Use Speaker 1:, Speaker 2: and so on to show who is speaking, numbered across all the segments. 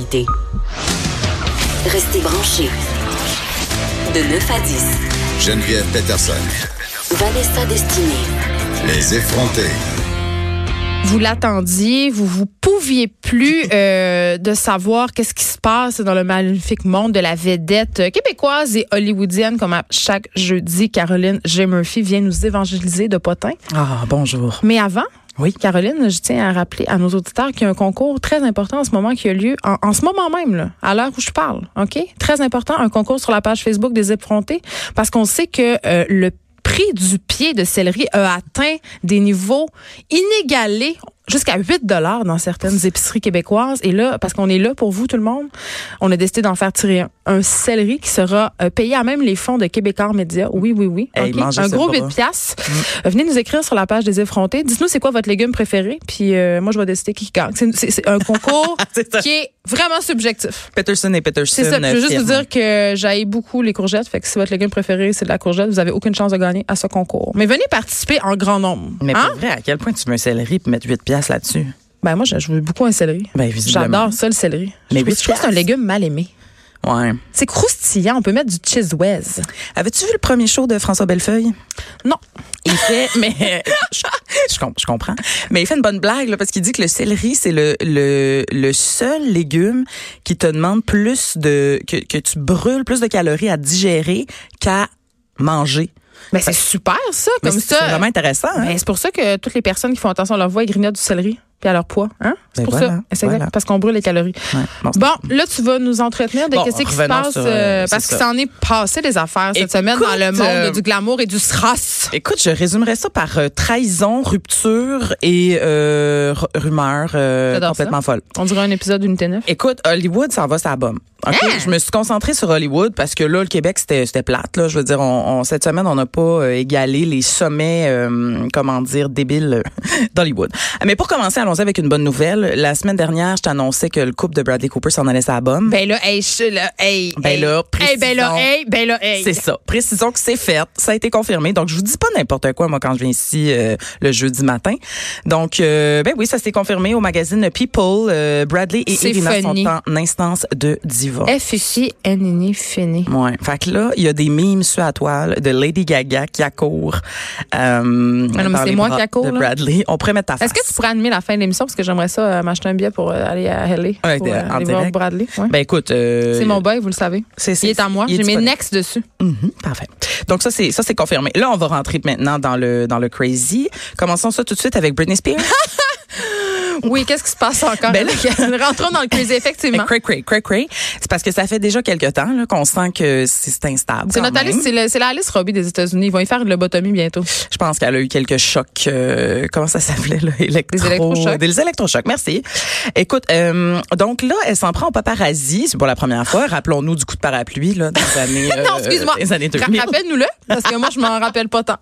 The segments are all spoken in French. Speaker 1: Idée. Restez branchés. De 9 à
Speaker 2: Geneviève Peterson.
Speaker 1: 10, Vanessa Destinée.
Speaker 2: Les effrontés.
Speaker 3: Vous l'attendiez, vous vous pouviez plus euh, de savoir qu'est-ce qui se passe dans le magnifique monde de la vedette québécoise et hollywoodienne comme à chaque jeudi Caroline G. Murphy vient nous évangéliser de potin.
Speaker 4: Ah, bonjour.
Speaker 3: Mais avant,
Speaker 4: Oui.
Speaker 3: Caroline, je tiens à rappeler à nos auditeurs qu'il y a un concours très important en ce moment qui a lieu, en, en ce moment même, là, à l'heure où je parle. OK? Très important, un concours sur la page Facebook des effrontés, parce qu'on sait que euh, le prix du pied de céleri a atteint des niveaux inégalés jusqu'à 8 dollars dans certaines épiceries québécoises. Et là, parce qu'on est là pour vous, tout le monde, on a décidé d'en faire tirer un, un céleri qui sera euh, payé à même les fonds de Québécois Média. Oui, oui, oui.
Speaker 4: Hey,
Speaker 3: OK?
Speaker 4: mangez
Speaker 3: Un
Speaker 4: ce
Speaker 3: gros
Speaker 4: bras.
Speaker 3: 8 piastres. Euh, Venez nous écrire sur la page des effrontés. Dites-nous c'est quoi votre légume préféré, puis euh, moi je vais décider qui gagne. C'est- C'est c'est un concours
Speaker 4: Ah, C'est ça.
Speaker 3: qui est vraiment subjectif.
Speaker 4: Peterson et Peterson.
Speaker 3: C'est ça. Je veux juste vous
Speaker 4: firme.
Speaker 3: dire que j'aille beaucoup les courgettes. Fait que si votre légume préféré c'est de la courgette, vous avez aucune chance de gagner à ce concours. Mais venez participer en grand nombre.
Speaker 4: Mais
Speaker 3: hein?
Speaker 4: pour vrai, à quel point tu mets un céleri et mettre 8 piastres là-dessus?
Speaker 3: Ben moi je je veux beaucoup un céleri.
Speaker 4: Ben, visiblement.
Speaker 3: J'adore ça le céleri.
Speaker 4: Mais
Speaker 3: je trouve,
Speaker 4: huit
Speaker 3: je trouve que c'est un
Speaker 4: piastres.
Speaker 3: légume mal aimé.
Speaker 4: Ouais.
Speaker 3: C'est croustillant. On peut mettre du cheese whiz.
Speaker 4: Avais-tu vu le premier show de François Bellefeuille?
Speaker 3: Non.
Speaker 4: Il fait, mais je, je com- je comprends. Mais il fait une bonne blague là, parce qu'il dit que le céleri c'est le, le le seul légume qui te demande plus de que, que tu brûles plus de calories à digérer qu'à manger.
Speaker 3: Mais Ben, c'est super ça.
Speaker 4: Mais
Speaker 3: Comme
Speaker 4: c'est c'est
Speaker 3: ça.
Speaker 4: vraiment intéressant. hein?
Speaker 3: Ben, c'est pour ça que toutes les personnes qui font attention à leur voix, elles grignotent du céleri puis à leur poids. Hein? C'est
Speaker 4: Ben
Speaker 3: pour
Speaker 4: voilà,
Speaker 3: ça. C'est exact,
Speaker 4: voilà.
Speaker 3: parce qu'on brûle les calories.
Speaker 4: Ouais, bon, c'est-
Speaker 3: Bon, là, tu vas nous entretenir de
Speaker 4: Bon,
Speaker 3: qu'est-ce qui se
Speaker 4: revenons
Speaker 3: passe,
Speaker 4: sur,
Speaker 3: euh,
Speaker 4: euh,
Speaker 3: parce
Speaker 4: c'est
Speaker 3: que
Speaker 4: ça.
Speaker 3: s'en est passé des affaires cette
Speaker 4: Écoute,
Speaker 3: semaine dans le monde
Speaker 4: euh,
Speaker 3: du glamour et du sras.
Speaker 4: Écoute, je résumerais ça par euh, trahison, rupture et euh, ru- rumeur euh,
Speaker 3: J'adore ça.
Speaker 4: complètement folle.
Speaker 3: On dirait un épisode d'Unité 9.
Speaker 4: Écoute, Hollywood, ça va, ça bombe. OK?
Speaker 3: Hein?
Speaker 4: Je me suis concentrée sur Hollywood parce que là, le Québec, c'était c'était plate. Là. Je veux dire, on, on- cette semaine, on n'a pas euh, égalé les sommets, euh, comment dire, débiles euh, d'Hollywood. Mais pour commencer, allons-y avec une bonne nouvelle. La semaine dernière, je t'annonçais que le couple de Bradley Cooper s'en allait à bombe.
Speaker 3: Ben là, hey, je, là, hey.
Speaker 4: Ben
Speaker 3: hey.
Speaker 4: là,
Speaker 3: Hey, ben là,
Speaker 4: précisons.
Speaker 3: hey, ben là, hey.
Speaker 4: C'est ça. Précisons que c'est fait. Ça a été confirmé. Donc, je vous dis pas n'importe quoi, moi, quand je viens ici euh, le jeudi matin. Donc, euh, ben oui, ça s'est confirmé au magazine People. Euh, Bradley et
Speaker 3: C'est
Speaker 4: Irina
Speaker 3: funny.
Speaker 4: sont en instance de divorce.
Speaker 3: F-I-I, N-I-N-I, fini.
Speaker 4: Ouais. Fait que là, il y a des mimes sur la toile de Lady Gaga qui accourt. Euh,
Speaker 3: Ah mais
Speaker 4: dans
Speaker 3: c'est
Speaker 4: les
Speaker 3: moi
Speaker 4: bras
Speaker 3: qui accours,
Speaker 4: De
Speaker 3: là.
Speaker 4: Bradley. On pourrait mettre ta face.
Speaker 3: Est-ce que tu pourrais animer la fin de l'émission parce que j'aimerais ça euh, m'acheter un billet pour euh, aller à LA
Speaker 4: Ouais,
Speaker 3: pour, euh,
Speaker 4: en
Speaker 3: aller voir
Speaker 4: direct.
Speaker 3: Bradley. ouais.
Speaker 4: Ben écoute, euh,
Speaker 3: c'est mon boy, vous le savez.
Speaker 4: c'est-
Speaker 3: Il
Speaker 4: c'est-
Speaker 3: est à moi.
Speaker 4: il est
Speaker 3: J'ai mes
Speaker 4: disponible.
Speaker 3: necks dessus.
Speaker 4: Mhm, parfait. Donc ça c'est ça c'est confirmé. Là on va rentrer maintenant dans le dans le crazy. Commençons ça tout de suite avec Britney Spears.
Speaker 3: Oui, qu'est-ce qui se passe encore?
Speaker 4: Ben là-
Speaker 3: avec- Rentrons dans le quiz, effectivement.
Speaker 4: Cray, cray, cray, cray. C'est parce que ça fait déjà quelques temps là, qu'on sent que c'est c'est instable.
Speaker 3: C'est
Speaker 4: quand
Speaker 3: notre
Speaker 4: même. Euh,
Speaker 3: Alice, c'est le- c'est la Alice Robbie des États-Unis. Ils vont y faire une lobotomie bientôt.
Speaker 4: Je pense qu'elle a eu quelques chocs. euh, comment ça s'appelait là électro- euh,
Speaker 3: Des électrochocs.
Speaker 4: Des électrochocs. Merci. Écoute, euh, donc là, elle s'en prend au paparazzi. C'est pour la première fois. Rappelons-nous du coup de parapluie là dans les années.
Speaker 3: non,
Speaker 4: euh,
Speaker 3: excuse-moi.
Speaker 4: des années 2000.
Speaker 3: Ra- Rappelle-nous-le, parce que moi, je m'en rappelle pas tant.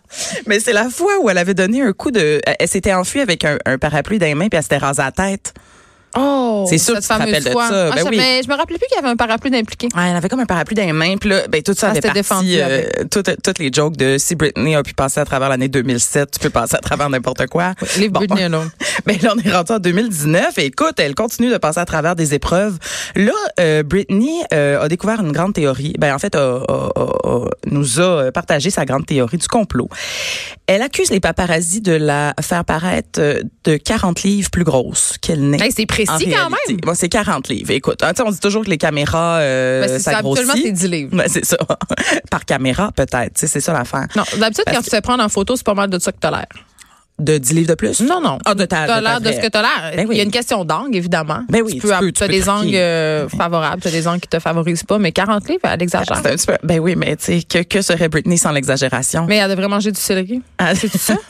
Speaker 4: Mais c'est la fois où elle avait donné un coup de. Elle, elle s'était enfuie avec un, un parapluie dans les mains puis elle s'était rasée la tête.
Speaker 3: Oh,
Speaker 4: C'est sûr que tu te rappelles de ça, ben oui.
Speaker 3: Mais Ah, je me rappelais plus qu'il y avait un parapluie impliqué.
Speaker 4: Ouais, elle avait comme un parapluie dans les mains, puis là, ben, tout ça
Speaker 3: Elle
Speaker 4: avait
Speaker 3: s'était
Speaker 4: parti,
Speaker 3: défendue
Speaker 4: euh, toutes, toutes les jokes de si Britney a pu passer à travers l'année 2007, tu peux passer à travers n'importe quoi.
Speaker 3: leave Britney alone.
Speaker 4: Ben là, on est rendu en 2019 et écoute, elle continue de passer à travers des épreuves. Là, euh, Britney euh, a découvert une grande théorie. Ben en fait, a- a- a- a- nous a euh, partagé sa grande théorie du complot. Elle accuse les paparazzis de la faire paraître euh, de 40 livres plus grosse qu'elle n'est.
Speaker 3: Hey, c'est précis
Speaker 4: en
Speaker 3: quand
Speaker 4: réalité.
Speaker 3: même.
Speaker 4: Bon, c'est 40 livres. Écoute, hein, tu sais, on dit toujours que les caméras, euh,
Speaker 3: Ben, c'est
Speaker 4: ça
Speaker 3: ça, habituellement,
Speaker 4: grossit.
Speaker 3: c'est 10 livres.
Speaker 4: Ben, c'est ça. Par caméra, peut-être. Tu sais, C'est ça l'affaire.
Speaker 3: Non, d'habitude,
Speaker 4: Parce
Speaker 3: quand tu te fais prendre en photo, c'est pas mal de ça que t'as l'air.
Speaker 4: de 10 livres de plus?
Speaker 3: Non, non.
Speaker 4: Ah, de ta-
Speaker 3: T'as
Speaker 4: de ta
Speaker 3: l'air de
Speaker 4: vraie.
Speaker 3: ce que t'as l'air.
Speaker 4: Ben oui.
Speaker 3: Il y a une question d'angle, évidemment.
Speaker 4: Ben oui, tu peux- tu
Speaker 3: t'as
Speaker 4: peux
Speaker 3: des
Speaker 4: trier.
Speaker 3: angles euh, favorables, t'as des angles qui te favorisent pas, mais 40 livres, elle exagère.
Speaker 4: C'est un petit peu- Ben oui, mais tu sais, que, que serait Britney sans l'exagération?
Speaker 3: Mais elle devrait manger du céleri.
Speaker 4: c'est ça?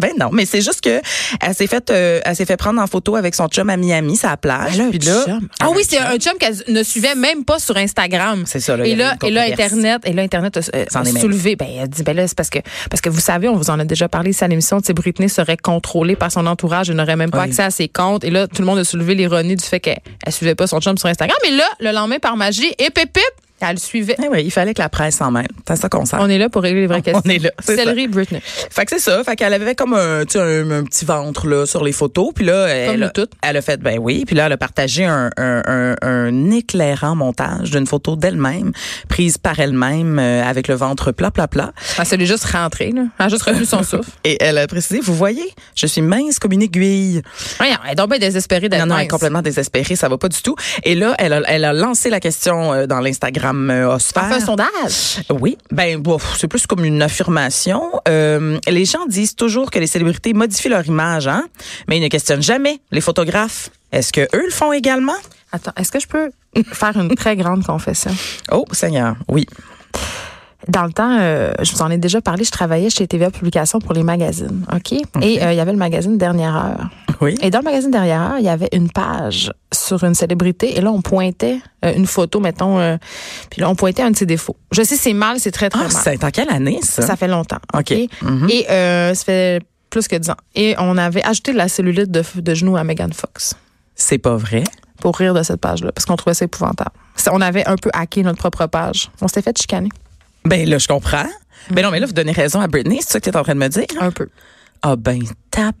Speaker 4: ben non, mais c'est juste que elle s'est fait, euh, elle s'est fait prendre en photo avec son chum à Miami, sa plage.
Speaker 3: Elle a un
Speaker 4: puis là,
Speaker 3: chum. Ah oui, c'est un chum qu'elle ne suivait même pas sur Instagram.
Speaker 4: C'est ça, là, il y
Speaker 3: et,
Speaker 4: avait
Speaker 3: là,
Speaker 4: une
Speaker 3: et là,
Speaker 4: controverse.
Speaker 3: Internet, et là, Internet a, a-
Speaker 4: S'en
Speaker 3: a
Speaker 4: est mêlé.
Speaker 3: soulevé. Ben, elle dit, ben là, c'est parce que, parce que vous savez, on vous en a déjà parlé ici à l'émission, tu sais, Britney serait contrôlée par son entourage et n'aurait même pas
Speaker 4: Oui.
Speaker 3: accès à ses comptes. Et là, tout le monde a soulevé l'ironie du fait qu'elle elle suivait pas son chum sur Instagram. Et là, le lendemain, par magie, et pépip, elle le suivait.
Speaker 4: Eh oui, il fallait que la presse s'en mêle. C'est à ça qu'on sert.
Speaker 3: On est là pour régler les vraies questions.
Speaker 4: est là, c'est ça.
Speaker 3: Céleri Britney.
Speaker 4: Fait que c'est ça. Fait qu'elle avait comme un, tu sais, un, un petit ventre là sur les photos. Puis là, elle,
Speaker 3: nous
Speaker 4: a-
Speaker 3: toutes.
Speaker 4: elle a fait ben oui. Puis là, elle a partagé un, un, un- un éclairant montage d'une photo d'elle-même prise par elle-même euh, avec le ventre plat, plat, plat.
Speaker 3: Elle s'est juste rentrée, là. Elle a juste retenu son souffle.
Speaker 4: Et elle a précisé, vous voyez, je suis mince comme une aiguille.
Speaker 3: Voyons, elle est donc bien désespérée d'être
Speaker 4: Non, non, elle est
Speaker 3: mince.
Speaker 4: complètement désespérée, ça va pas du tout. Et là, elle a, elle a lancé la question euh, dans l'Instagram euh, Osphère.
Speaker 3: Elle fait un sondage.
Speaker 4: Oui, ben bof, c'est plus comme une affirmation. Euh, les gens disent toujours que les célébrités modifient leur image, hein, mais ils ne questionnent jamais les photographes. Est-ce que eux le font également
Speaker 3: Attends, est-ce que je peux faire une très grande confession?
Speaker 4: Oh Seigneur, oui.
Speaker 3: Dans le temps, euh, je vous en ai déjà parlé, je travaillais chez TVA Publications pour les magazines, OK? Et euh, il y avait le magazine Dernière Heure.
Speaker 4: Oui.
Speaker 3: Et dans le magazine Dernière Heure, il y avait une page sur une célébrité et là, on pointait euh, une photo, mettons, euh, puis là, on pointait un de ses défauts. Je sais, c'est mal, c'est très, très
Speaker 4: Ah,
Speaker 3: mal.
Speaker 4: c'est en quelle année ça, hein?
Speaker 3: Ça fait longtemps. OK.
Speaker 4: OK.
Speaker 3: Et euh, ça fait plus que 10 ans. Et on avait ajouté de la cellulite de, de genoux à Megan Fox
Speaker 4: C'est pas vrai.
Speaker 3: pour rire de cette page-là, parce qu'on trouvait ça épouvantable. Ça, On avait un peu hacké notre propre page. On s'était fait chicaner.
Speaker 4: Ben là, je comprends. Ben non, mais là, vous donnez raison à Britney, c'est ça que tu es en train de me dire
Speaker 3: Un peu.
Speaker 4: Ah ben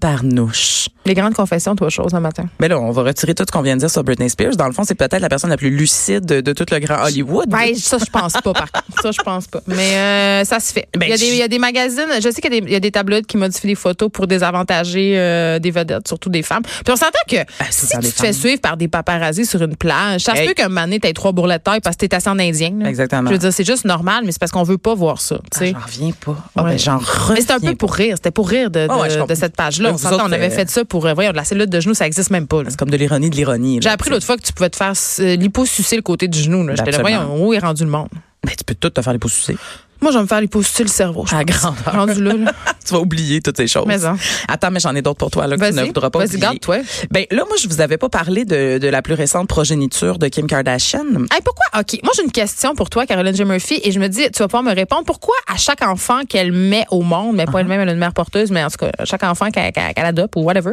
Speaker 4: tabarnouche.
Speaker 3: Les grandes confessions, toi, chose, un matin.
Speaker 4: Mais là, on va retirer tout ce qu'on vient de dire sur Britney Spears. Dans le fond, c'est peut-être la personne la plus lucide de, de tout le grand Hollywood. Ah,
Speaker 3: Ben, ça, je pense pas, par contre. Ça, je pense pas. Mais euh, ça se fait.
Speaker 4: Ben,
Speaker 3: il, y a des,
Speaker 4: je-
Speaker 3: il y a des magazines, je sais qu'il y a des- il y, a des tablettes qui modifient les photos pour désavantager euh, des vedettes, surtout des femmes. Puis on s'entend que si
Speaker 4: par
Speaker 3: tu
Speaker 4: Ah, des
Speaker 3: te fais
Speaker 4: femmes.
Speaker 3: suivre par des paparazzis sur une plage, ça
Speaker 4: Hey.
Speaker 3: se peut qu'un moment donné, t'aies trois bourrelets de taille parce que t'es assez en indien. là.
Speaker 4: Exactement.
Speaker 3: Je veux dire, c'est juste normal, mais c'est parce qu'on veut pas voir ça, tu
Speaker 4: Ah,
Speaker 3: sais.
Speaker 4: j'en reviens pas. Ah, ben,
Speaker 3: Ouais.
Speaker 4: j'en
Speaker 3: mais c'était un
Speaker 4: reviens
Speaker 3: peu pour rire, c'était pour rire de, de,
Speaker 4: Ah ouais, je
Speaker 3: de
Speaker 4: comprends.
Speaker 3: cette page-là. On
Speaker 4: Vous
Speaker 3: s'entend,
Speaker 4: autres,
Speaker 3: on avait
Speaker 4: euh,
Speaker 3: fait ça pour, euh, voyons, de la cellule de genou, ça existe même pas. là.
Speaker 4: C'est comme de l'ironie de l'ironie. là.
Speaker 3: J'ai appris l'autre fois que tu pouvais te faire euh, liposucer le côté du genou. là. J'étais là,
Speaker 4: Absolument.
Speaker 3: voyons, où est rendu le monde?
Speaker 4: Ben, tu peux tout te faire les pouces sucés.
Speaker 3: Moi, je vais me faire liposucer le cerveau. je
Speaker 4: À
Speaker 3: pense.
Speaker 4: grandeur.
Speaker 3: Rendu là, là.
Speaker 4: Tu vas oublier toutes ces choses.
Speaker 3: Mais non.
Speaker 4: Attends, mais j'en ai d'autres pour toi là, que tu ne
Speaker 3: Vas-y,
Speaker 4: voudras pas
Speaker 3: vas-y,
Speaker 4: oublier.
Speaker 3: garde-toi.
Speaker 4: Ben, là, moi, je vous avais pas parlé de, de la plus récente progéniture de Kim Kardashian.
Speaker 3: Hey, pourquoi? OK. Moi, j'ai une question pour toi, Caroline J. Murphy, et je me dis, tu vas pouvoir me répondre. Pourquoi à chaque enfant qu'elle met au monde, mais
Speaker 4: Uh-huh.
Speaker 3: pas elle-même, elle a une mère porteuse, mais en tout cas, à chaque enfant qu'elle qu'elle- qu'elle adopte ou whatever,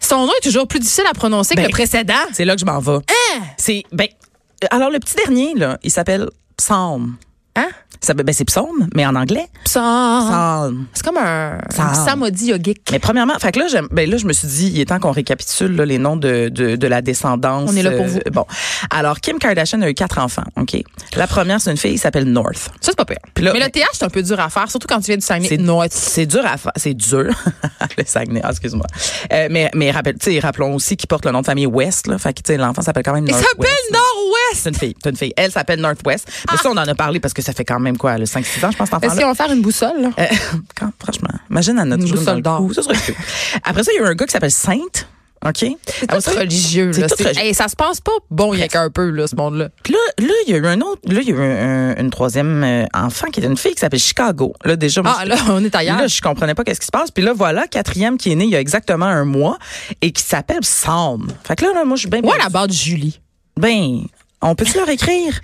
Speaker 3: son nom est toujours plus difficile à prononcer
Speaker 4: Ben,
Speaker 3: que le précédent? Hein?
Speaker 4: C'est là que je m'en vais. C'est, ben, euh, alors le petit dernier, là, il s'appelle Psalm.
Speaker 3: Hein?
Speaker 4: Ça, ben, c'est Psalm, mais en anglais.
Speaker 3: Psalm.
Speaker 4: Psalm.
Speaker 3: C'est comme un
Speaker 4: Psalm.
Speaker 3: un samedi yogique.
Speaker 4: Mais premièrement, fait que là, j'aime- ben là, je me suis dit, il est temps qu'on récapitule là, les noms de, de, de la descendance. euh,
Speaker 3: On est là pour vous.
Speaker 4: Bon, alors Kim Kardashian a eu quatre enfants, ok. La première, c'est une fille, qui s'appelle North.
Speaker 3: Ça, c'est pas pire.
Speaker 4: Puis là-
Speaker 3: mais le TH, c'est un peu dur à faire, surtout quand tu viens du Saguenay.
Speaker 4: C'est-
Speaker 3: North.
Speaker 4: C'est dur à faire, c'est dur. le Saguenay, ah, excuse-moi. Euh, mais mais rappel, tu sais, rappelons aussi qu'il porte le nom de famille West, là. Fait que tu sais, l'enfant s'appelle quand même
Speaker 3: Il
Speaker 4: North.
Speaker 3: s'appelle Ah! Nord-Ouest.
Speaker 4: C'est une fille, c'est une fille. Elle s'appelle Northwest. Mais ça, on en a parlé parce que ça fait quand même quoi, le 5-6 ans, je pense,
Speaker 3: Est-ce
Speaker 4: cet enfant-là.
Speaker 3: qu'ils vont faire une boussole, là?
Speaker 4: Euh, quand, franchement, imagine à notre
Speaker 3: Nous
Speaker 4: jeune dans le
Speaker 3: soldats.
Speaker 4: cou, ça serait cool. Après ça, il y a eu un gars qui s'appelle Sainte. OK?
Speaker 3: C'est
Speaker 4: Après ça,
Speaker 3: tout religieux.
Speaker 4: Ah, c'est
Speaker 3: Là.
Speaker 4: tout
Speaker 3: C'est-
Speaker 4: religieux.
Speaker 3: Hey, ça se passe pas bon, il y a qu'un peu, là, ce monde-là.
Speaker 4: Puis là, là, il y a eu un autre, là, il y a eu un- un- une troisième euh, enfant qui est une fille qui s'appelle Chicago. Là, déjà, moi,
Speaker 3: Ah,
Speaker 4: je-
Speaker 3: là, on est ailleurs.
Speaker 4: Là, je comprenais pas qu'est-ce qui se passe. Puis là, voilà, quatrième qui est née il y a exactement un mois et qui s'appelle Sam. Fait que là, là, moi, je suis bien.
Speaker 3: What about Julie?
Speaker 4: Ben, on peut-tu leur écrire?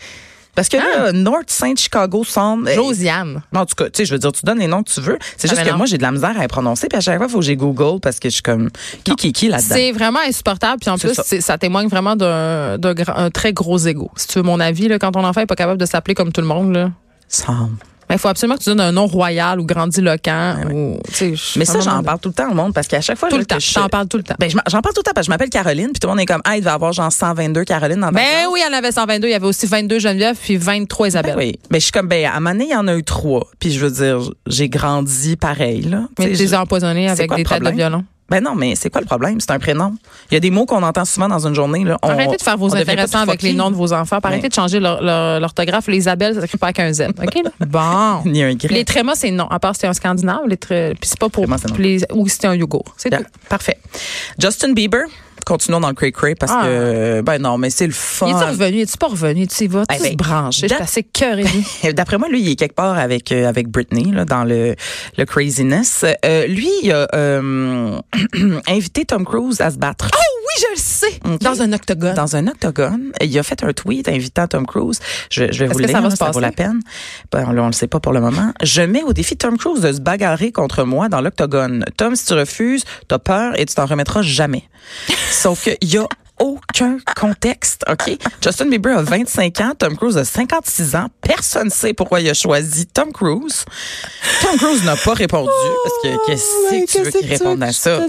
Speaker 4: Parce que
Speaker 3: Ah.
Speaker 4: là, North Saint Chicago Sam. eh,
Speaker 3: Josiane.
Speaker 4: Non, en tout cas, tu sais, je veux dire, tu donnes les noms que tu veux. C'est
Speaker 3: Ah,
Speaker 4: juste
Speaker 3: ben
Speaker 4: que
Speaker 3: non.
Speaker 4: moi, j'ai de la misère à les prononcer. Puis à chaque fois, il faut que j'ai Google parce que je suis comme, qui, qui, qui là-dedans?
Speaker 3: C'est vraiment insupportable. Puis en
Speaker 4: C'est
Speaker 3: plus,
Speaker 4: ça.
Speaker 3: c'est- ça témoigne vraiment d'un d'un gra- un très gros ego. Si tu veux mon avis, là, quand ton enfant est pas capable de s'appeler comme tout le monde, là,
Speaker 4: Sam.
Speaker 3: il faut absolument que tu donnes un nom royal ou grandiloquent. ou, tu sais, je-
Speaker 4: Mais
Speaker 3: à
Speaker 4: ça,
Speaker 3: un
Speaker 4: j'en
Speaker 3: moment
Speaker 4: parle tout le temps au monde parce qu'à chaque fois,
Speaker 3: Tout
Speaker 4: là,
Speaker 3: le
Speaker 4: que
Speaker 3: temps.
Speaker 4: je-
Speaker 3: J'en parle tout le temps.
Speaker 4: Ben, je m'en- j'en parle tout le temps parce que je m'appelle Caroline, puis tout le monde est comme, ah, il devait avoir genre 122 Caroline dans ta
Speaker 3: Ben
Speaker 4: classe.
Speaker 3: oui, il y en avait 122. Il y avait aussi 22 Geneviève puis 23 Isabelle.
Speaker 4: Ben oui. Ben, je suis comme, ben, à un moment donné, il y en a eu trois. Puis je veux dire, j'ai grandi pareil, là.
Speaker 3: Mais
Speaker 4: Tu
Speaker 3: tu
Speaker 4: sais,
Speaker 3: les
Speaker 4: je-
Speaker 3: as empoisonnés
Speaker 4: C'est
Speaker 3: avec
Speaker 4: quoi le
Speaker 3: des têtes de
Speaker 4: problème?
Speaker 3: violon.
Speaker 4: Ben non, mais c'est quoi le problème? C'est un prénom. Il y a des mots qu'on entend souvent dans une journée. Là. On-
Speaker 3: Arrêtez de faire
Speaker 4: on
Speaker 3: vos
Speaker 4: devient pas Ben.
Speaker 3: intéressants
Speaker 4: tout
Speaker 3: avec les
Speaker 4: fucky.
Speaker 3: noms de vos enfants. puis Arrêtez
Speaker 4: Ouais.
Speaker 3: de changer leur- leur- l'orthographe. Les Isabelle, ça s'écrit pas avec un Z. OK? là? Bon.
Speaker 4: Ni un grec.
Speaker 3: Les trémas, c'est non. À part si c'est un Scandinave, les tré- puis c'est pas pour.
Speaker 4: Trémas, c'est non.
Speaker 3: puis les- Ou si c'est un yogourt. C'est
Speaker 4: Bien,
Speaker 3: tout.
Speaker 4: Parfait. Justin Bieber, continuons dans le cray-cray parce
Speaker 3: Ah.
Speaker 4: que, ben non, mais c'est le
Speaker 3: Il est-tu
Speaker 4: fun.
Speaker 3: revenu? Il est-tu pas revenu? Tu y vas, tu
Speaker 4: Eh ben,
Speaker 3: se branches. Je suis
Speaker 4: dans-
Speaker 3: assez cœurée.
Speaker 4: D'après moi, lui, il est quelque part avec euh, avec Britney là, dans le le craziness. Euh, lui, il a euh, invité Tom Cruise à se battre.
Speaker 3: Ah Oui, je le sais.
Speaker 4: Ok.
Speaker 3: Dans un octogone.
Speaker 4: Dans un octogone, il a fait un tweet invitant Tom Cruise. Je, je vais vous
Speaker 3: Est-ce
Speaker 4: le
Speaker 3: que ça va
Speaker 4: lire, là,
Speaker 3: se
Speaker 4: ça vaut
Speaker 3: passer?
Speaker 4: la peine. Ben, là, on le sait pas pour le moment. Je mets au défi Tom Cruise de se bagarrer contre moi dans l'octogone. Tom, si tu refuses, t'as peur et tu t'en remettras jamais. Sauf qu'il y a aucun contexte, OK? Justin Bieber a 25 ans, Tom Cruise a 56 ans. Personne sait pourquoi il a choisi Tom Cruise. Tom Cruise n'a pas répondu parce
Speaker 3: Oh,
Speaker 4: que qu'est-ce que tu veux qu'il réponde à ça?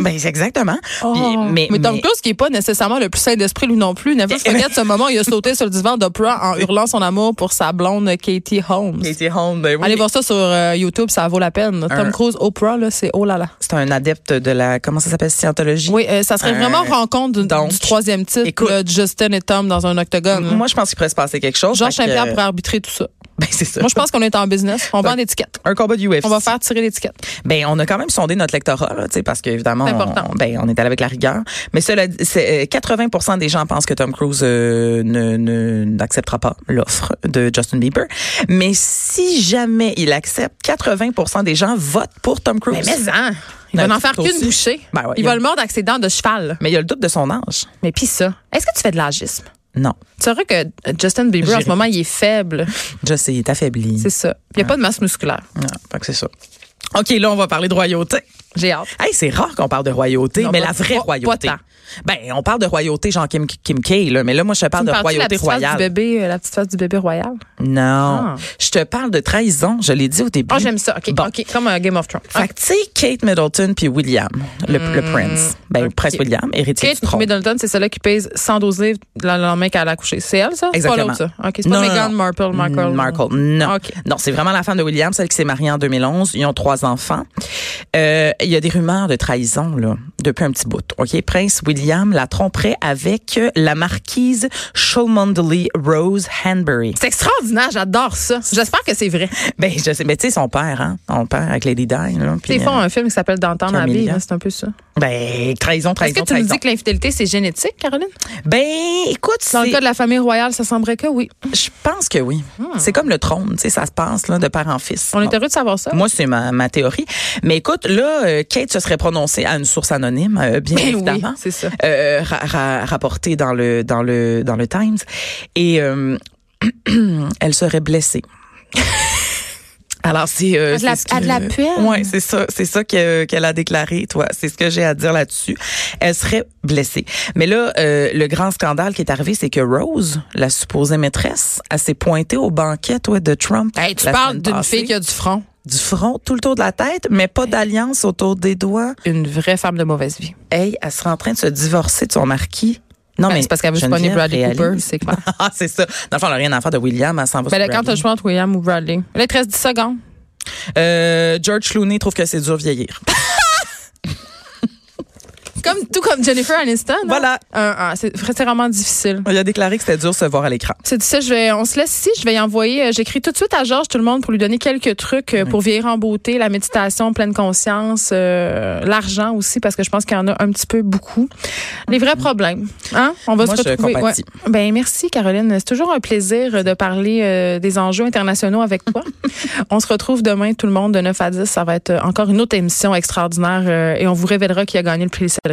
Speaker 4: Ben, c'est exactement. Puis-
Speaker 3: Oh. mais,
Speaker 4: mais,
Speaker 3: Tom
Speaker 4: mais-
Speaker 3: Cruise, qui n'est pas nécessairement le plus sain d'esprit, lui non plus, n'a pas regarde ce moment où il a sauté sur le divan d'Oprah en hurlant son amour pour sa blonde Katie Holmes.
Speaker 4: Katie Holmes, ben oui.
Speaker 3: Allez voir ça sur euh, YouTube, ça vaut la peine. là. Tom Cruise, Oprah, là, c'est oh là là.
Speaker 4: C'est un adepte de la comment ça s'appelle scientologie.
Speaker 3: Oui, euh, ça serait
Speaker 4: Euh,
Speaker 3: vraiment rencontre du,
Speaker 4: donc,
Speaker 3: du troisième titre
Speaker 4: écoute.
Speaker 3: là, de Justin et Tom dans un octogone. là.
Speaker 4: Moi, je pense qu'il pourrait se passer quelque chose.
Speaker 3: Georges
Speaker 4: Fait que- euh,
Speaker 3: Saint-Pierre pourrait arbitrer tout ça.
Speaker 4: Ben, c'est ça.
Speaker 3: Moi, je pense qu'on est en business. On vend des tickets.
Speaker 4: un combat de UFC.
Speaker 3: On va faire tirer l'étiquette.
Speaker 4: Ben, on a quand même sondé notre lectorat, là, tu sais, parce qu'évidemment,
Speaker 3: C'est
Speaker 4: on,
Speaker 3: important.
Speaker 4: on- ben, on est allé avec la rigueur. Mais cela, dit, c'est, euh, 80 des gens pensent que Tom Cruise euh, ne, ne- n'acceptera pas l'offre de Justin Bieber. Mais si jamais il accepte, 80 des gens votent pour Tom Cruise.
Speaker 3: hein, il
Speaker 4: La
Speaker 3: va n'en faire
Speaker 4: petite
Speaker 3: qu'une
Speaker 4: aussi.
Speaker 3: bouchée.
Speaker 4: Ben ouais,
Speaker 3: il
Speaker 4: il y a-
Speaker 3: va le mordre avec ses dents de cheval.
Speaker 4: Mais il y a le doute de son âge.
Speaker 3: Mais pis ça, est-ce que tu fais de l'agisme?
Speaker 4: Non.
Speaker 3: Tu saurais que euh, Justin Bieber, en
Speaker 4: J'ai-
Speaker 3: ce moment, il est faible.
Speaker 4: Je sais, il est affaibli.
Speaker 3: C'est ça. Il n'y a pas de masse musculaire.
Speaker 4: Ouais, Ah, fait que c'est ça. OK, là, on va parler de royauté.
Speaker 3: J'ai hâte.
Speaker 4: Hey, c'est rare qu'on parle de royauté,
Speaker 3: Non,
Speaker 4: mais
Speaker 3: pas-
Speaker 4: la vraie
Speaker 3: pas-
Speaker 4: royauté.
Speaker 3: pas tant.
Speaker 4: ben, on parle de royauté genre Kim, Kim K, là, mais là, moi, je te
Speaker 3: Tu
Speaker 4: parle
Speaker 3: me
Speaker 4: de
Speaker 3: parles-tu de la
Speaker 4: royauté
Speaker 3: petite face
Speaker 4: royale.
Speaker 3: du bébé, euh, la petite face du bébé royal?
Speaker 4: Non.
Speaker 3: Ah.
Speaker 4: Je te parle de trahison, je l'ai dit au début.
Speaker 3: Oh, j'aime ça. OK.
Speaker 4: Bon.
Speaker 3: OK. Comme un Game of Thrones.
Speaker 4: Fait que, tu sais, Kate Middleton puis William, le, le prince. Ben, le
Speaker 3: Mm. ok.
Speaker 4: prince William, héritier
Speaker 3: Kate
Speaker 4: du trône.
Speaker 3: Middleton, c'est celle-là qui pèse 112 livres le lendemain qu'elle a accouché. C'est elle, ça? C'est pas
Speaker 4: Exactement.
Speaker 3: l'autre, ça? OK. C'est pas
Speaker 4: Non, non,
Speaker 3: Meghan
Speaker 4: non. Mm,
Speaker 3: Markle. Markle.
Speaker 4: Markle, non.
Speaker 3: OK.
Speaker 4: Non, c'est vraiment la femme de William, celle qui s'est mariée en 2011. Ils ont trois enfants. Euh, Il y a des rumeurs de trahison, là, depuis un petit bout. OK, Prince William la tromperait avec euh, la marquise Cholmondeley Rose Hanbury.
Speaker 3: C'est extraordinaire. J'adore ça. J'espère que c'est vrai.
Speaker 4: Ben, je sais, mais tu sais, son père, hein, son père avec Lady Di, là. puis,
Speaker 3: Ils font
Speaker 4: euh,
Speaker 3: un film qui s'appelle D'entendre la vie.
Speaker 4: Camilla.
Speaker 3: là, C'est un peu ça. Est-ce
Speaker 4: ben, trahison,
Speaker 3: que
Speaker 4: trahison,
Speaker 3: tu me
Speaker 4: trahison.
Speaker 3: dis que l'infidélité, c'est génétique, Caroline?
Speaker 4: Ben, écoute,
Speaker 3: Dans le
Speaker 4: c'est-
Speaker 3: cas de la famille royale, ça semblerait que oui.
Speaker 4: je pense que oui. C'est comme le trône, tu sais, ça se passe, là, de père en fils.
Speaker 3: On est heureux de savoir ça.
Speaker 4: Ah. Moi, c'est ma, ma théorie. Mais écoute, là, euh, Kate se serait prononcée à une source anonyme, euh, bien
Speaker 3: Ben oui,
Speaker 4: évidemment.
Speaker 3: c'est ça.
Speaker 4: Euh, ra- ra- rapportée dans le, dans, le, dans le Times. Et euh, elle serait blessée. Alors, c'est. euh,
Speaker 3: À de la-
Speaker 4: c'est ce
Speaker 3: à de la
Speaker 4: que-
Speaker 3: puelle.
Speaker 4: Ouais, c'est ça. C'est ça que- qu'elle a déclaré, toi. C'est ce que j'ai à dire là-dessus. Elle serait blessée. Mais là, euh, le grand scandale qui est arrivé, c'est que Rose, la supposée maîtresse, elle s'est pointée au banquet, toi, de Trump.
Speaker 3: Hey, tu
Speaker 4: la
Speaker 3: parles
Speaker 4: semaine
Speaker 3: d'une
Speaker 4: passée
Speaker 3: fille qui a du front.
Speaker 4: du front tout le tour de la tête, mais pas d'alliance autour des doigts.
Speaker 3: Une vraie femme de mauvaise vie.
Speaker 4: Hey, elle serait en train de se divorcer de son marquis. Non,
Speaker 3: Ben, c'est parce qu'elle veut se
Speaker 4: Geneviève
Speaker 3: pogner Bradley
Speaker 4: réalise.
Speaker 3: Cooper, c'est clair.
Speaker 4: Ah, c'est ça. Dans le fond, elle n'a rien à faire de William, elle s'en va
Speaker 3: Ben
Speaker 4: sur
Speaker 3: là, quand tu as
Speaker 4: Bradley.
Speaker 3: le choix entre William ou Bradley. Là, il te reste 10 secondes.
Speaker 4: Euh, George Clooney trouve que c'est dur vieillir.
Speaker 3: Comme, tout comme Jennifer Aniston. hein?
Speaker 4: Voilà.
Speaker 3: Un- un- c'est c'est vraiment difficile.
Speaker 4: Il a déclaré que c'était dur de se voir à l'écran.
Speaker 3: C'est ça, je vais, on se laisse ici. Je vais y envoyer, euh, j'écris tout de suite à Georges, tout le monde, pour lui donner quelques trucs euh, pour vieillir en beauté, la méditation, pleine conscience, euh, l'argent aussi, parce que je pense qu'il y en a un petit peu beaucoup. Les vrais problèmes. Hein? On va
Speaker 4: Mhm. Moi,
Speaker 3: se
Speaker 4: je
Speaker 3: retrouver.
Speaker 4: compatis.
Speaker 3: Ben, merci, Caroline. C'est toujours un plaisir de parler euh, des enjeux internationaux avec toi. on se retrouve demain, tout le monde, de 9 à 10. Ça va être euh, encore une autre émission extraordinaire euh, et on vous révélera qui a gagné le prix des céleri.